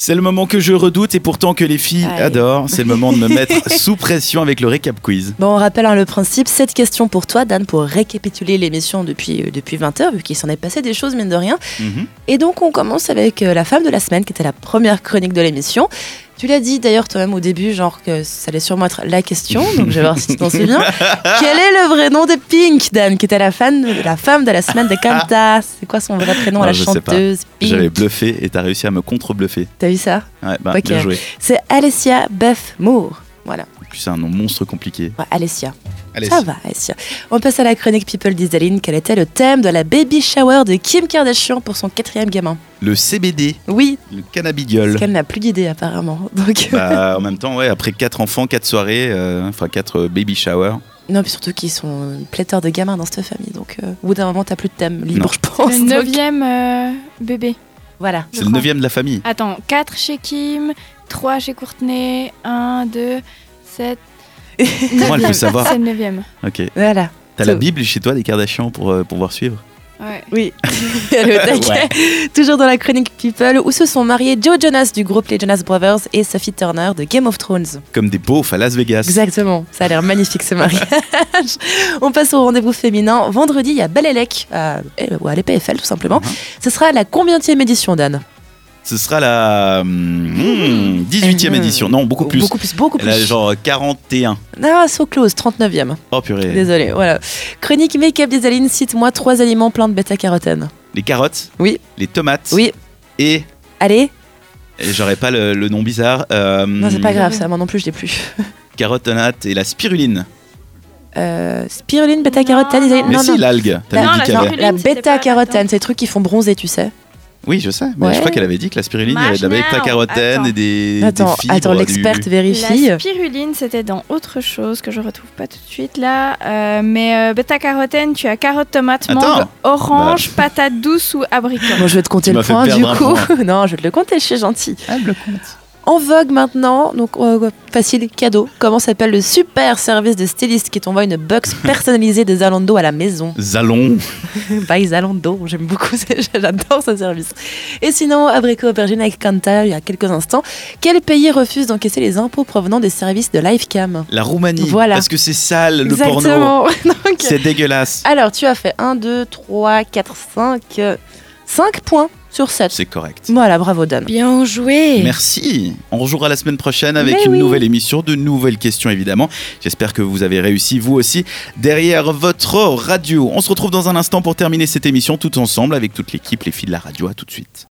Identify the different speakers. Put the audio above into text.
Speaker 1: C'est le moment que je redoute et pourtant que les filles
Speaker 2: Aïe.
Speaker 1: adorent. C'est le moment de me mettre sous pression avec le récap quiz.
Speaker 2: Bon, on rappelle hein, le principe, cette question pour toi, Dan, pour récapituler l'émission depuis, euh, depuis 20h, vu qu'il s'en est passé des choses, mine de rien.
Speaker 1: Mhm.
Speaker 2: Et donc, on commence avec euh, la femme de la semaine, qui était la première chronique de l'émission. Tu l'as dit d'ailleurs toi-même au début, genre que ça allait sûrement être la question, donc je vais voir si tu t'en souviens. Quel est le vrai nom de Pink, Dan, qui était la, fan, la femme de la semaine de Kanta C'est quoi son vrai prénom,
Speaker 1: Ah,
Speaker 2: la
Speaker 1: je sais pas.
Speaker 2: chanteuse
Speaker 1: J'avais
Speaker 2: Pink
Speaker 1: bluffé et t'as réussi à me contre-bluffer.
Speaker 2: T'as vu ça
Speaker 1: Ouais, bah,
Speaker 2: Ok.
Speaker 1: bien joué.
Speaker 2: C'est Alessia Beth Moore. Voilà,
Speaker 1: En plus, C'est un nom monstre compliqué.
Speaker 2: Ouais, Alessia.
Speaker 1: Allez,
Speaker 2: Ça va, Alessia. On passe à la chronique People d'Isaline. Quel était le thème de la baby shower de Kim Kardashian pour son quatrième gamin
Speaker 1: le CBD,
Speaker 2: Oui,
Speaker 1: Euh, le
Speaker 2: parce
Speaker 1: cannabidiol.
Speaker 2: qu'elle n'a plus d'idée apparemment. Donc,
Speaker 1: Bah, en même temps, ouais, après 4 enfants, 4 soirées, euh, enfin 4 baby showers.
Speaker 2: euh, non, puis surtout qu'ils sont une pléthore de gamins dans cette famille. Donc, euh, au bout d'un moment, t'as plus de thème libre,
Speaker 1: Non.
Speaker 2: je pense.
Speaker 3: Le
Speaker 2: Donc,
Speaker 3: neuvième euh, bébé.
Speaker 2: Voilà.
Speaker 1: C'est le 9 de la famille.
Speaker 3: Attends, 4 chez Kim, 3 chez Courtenay, 1, 2, 7.
Speaker 1: Comment elle peut savoir
Speaker 3: C'est le neuvième.
Speaker 1: Ok.
Speaker 2: Voilà.
Speaker 1: T'as la
Speaker 2: Tout.
Speaker 1: Bible chez toi des Kardashians pour euh, pouvoir suivre
Speaker 3: Ouais.
Speaker 2: Oui. Elle est au taquet. Toujours dans la chronique People, où se sont mariés Joe Jonas du groupe Les Jonas Brothers et Sophie Turner de Game of Thrones.
Speaker 1: Comme des beaufs à Las Vegas.
Speaker 2: Exactement, ça a l'air magnifique ce mariage. On passe au rendez-vous féminin. Vendredi, il y a Balélec, à, eh, ou à l'EPFL tout simplement.
Speaker 1: Mhm.
Speaker 2: Ce sera la combientième édition, Dan
Speaker 1: Ce sera la hmm, 18e
Speaker 2: Euh,
Speaker 1: édition. Non, beaucoup plus.
Speaker 2: Beaucoup plus, beaucoup plus.
Speaker 1: Elle a genre 41.
Speaker 2: Ah, so close, 39e.
Speaker 1: Oh purée.
Speaker 2: Désolé, voilà. Chronique Make-up des Alines, cite-moi trois aliments pleins de bêta-carotène.
Speaker 1: Les carottes.
Speaker 2: Oui.
Speaker 1: Les tomates.
Speaker 2: Oui,
Speaker 1: Et,
Speaker 2: allez
Speaker 1: et j'aurais pas le, le nom bizarre. euh,
Speaker 2: Non, c'est pas grave, ça, moi non plus, je l'ai plus.
Speaker 1: Carottes, tomates et la spiruline.
Speaker 2: Euh, spiruline, bêta-carotène,
Speaker 3: Non,
Speaker 2: Isaline-
Speaker 1: Mais
Speaker 2: non,
Speaker 1: si,
Speaker 2: non.
Speaker 1: l'algue. T'avais
Speaker 3: Non,
Speaker 1: dit
Speaker 3: la
Speaker 1: qu'il y avait.
Speaker 3: spiruline.
Speaker 2: La
Speaker 3: c'était pas
Speaker 2: bêta-carotène,
Speaker 3: là-dedans.
Speaker 2: c'est les trucs qui font bronzer, tu sais.
Speaker 1: Oui, je sais. Mais
Speaker 2: Ouais.
Speaker 1: je crois qu'elle avait dit que la spiruline, il y avait de la
Speaker 3: Marshmallow.
Speaker 1: bêta-carotène et des. des
Speaker 2: Attends,
Speaker 1: fibres,
Speaker 2: attends,
Speaker 1: du-
Speaker 2: l'experte vérifie.
Speaker 3: La spiruline, c'était dans autre chose que je retrouve pas tout de suite là. Euh, mais euh, bêta-carotène, tu as carotte, tomate,
Speaker 1: Attends. Bah.
Speaker 3: mangue, orange, patate douce ou abricot.
Speaker 2: Bon, je vais te
Speaker 1: Tu
Speaker 2: compter le
Speaker 1: m'as fait
Speaker 2: point du
Speaker 1: perdre un
Speaker 2: coup. non, je vais te le compter, je suis gentille.
Speaker 1: Ah, elle le compte.
Speaker 2: En vogue maintenant, donc euh, facile cadeau. Comment s'appelle le super service de styliste qui t'envoie une box personnalisée de Zalando à la maison
Speaker 1: Zalon.
Speaker 2: By Zalando, j'aime beaucoup, ce- j'adore ce service. Et sinon, abricot aubergine avec Kanta, il y a quelques instants, quel pays refuse d'encaisser les impôts provenant des services de Livecam
Speaker 1: La Roumanie.
Speaker 2: Voilà.
Speaker 1: Parce que c'est sale, le porno.
Speaker 2: Exactement. Ah. Donc,
Speaker 1: C'est dégueulasse.
Speaker 2: alors, tu as fait 1, 2, 3, 4, 5, 5 euh, points sur 7.
Speaker 1: C'est correct.
Speaker 2: Voilà, bravo Dan.
Speaker 4: Bien joué.
Speaker 1: Merci. On rejouera la semaine prochaine avec
Speaker 2: Mais
Speaker 1: une
Speaker 2: oui.
Speaker 1: nouvelle émission, de nouvelles questions évidemment. J'espère que vous avez réussi vous aussi derrière votre radio. On se retrouve dans un instant pour terminer cette émission tout ensemble avec toute l'équipe, les filles de la radio. À tout de suite.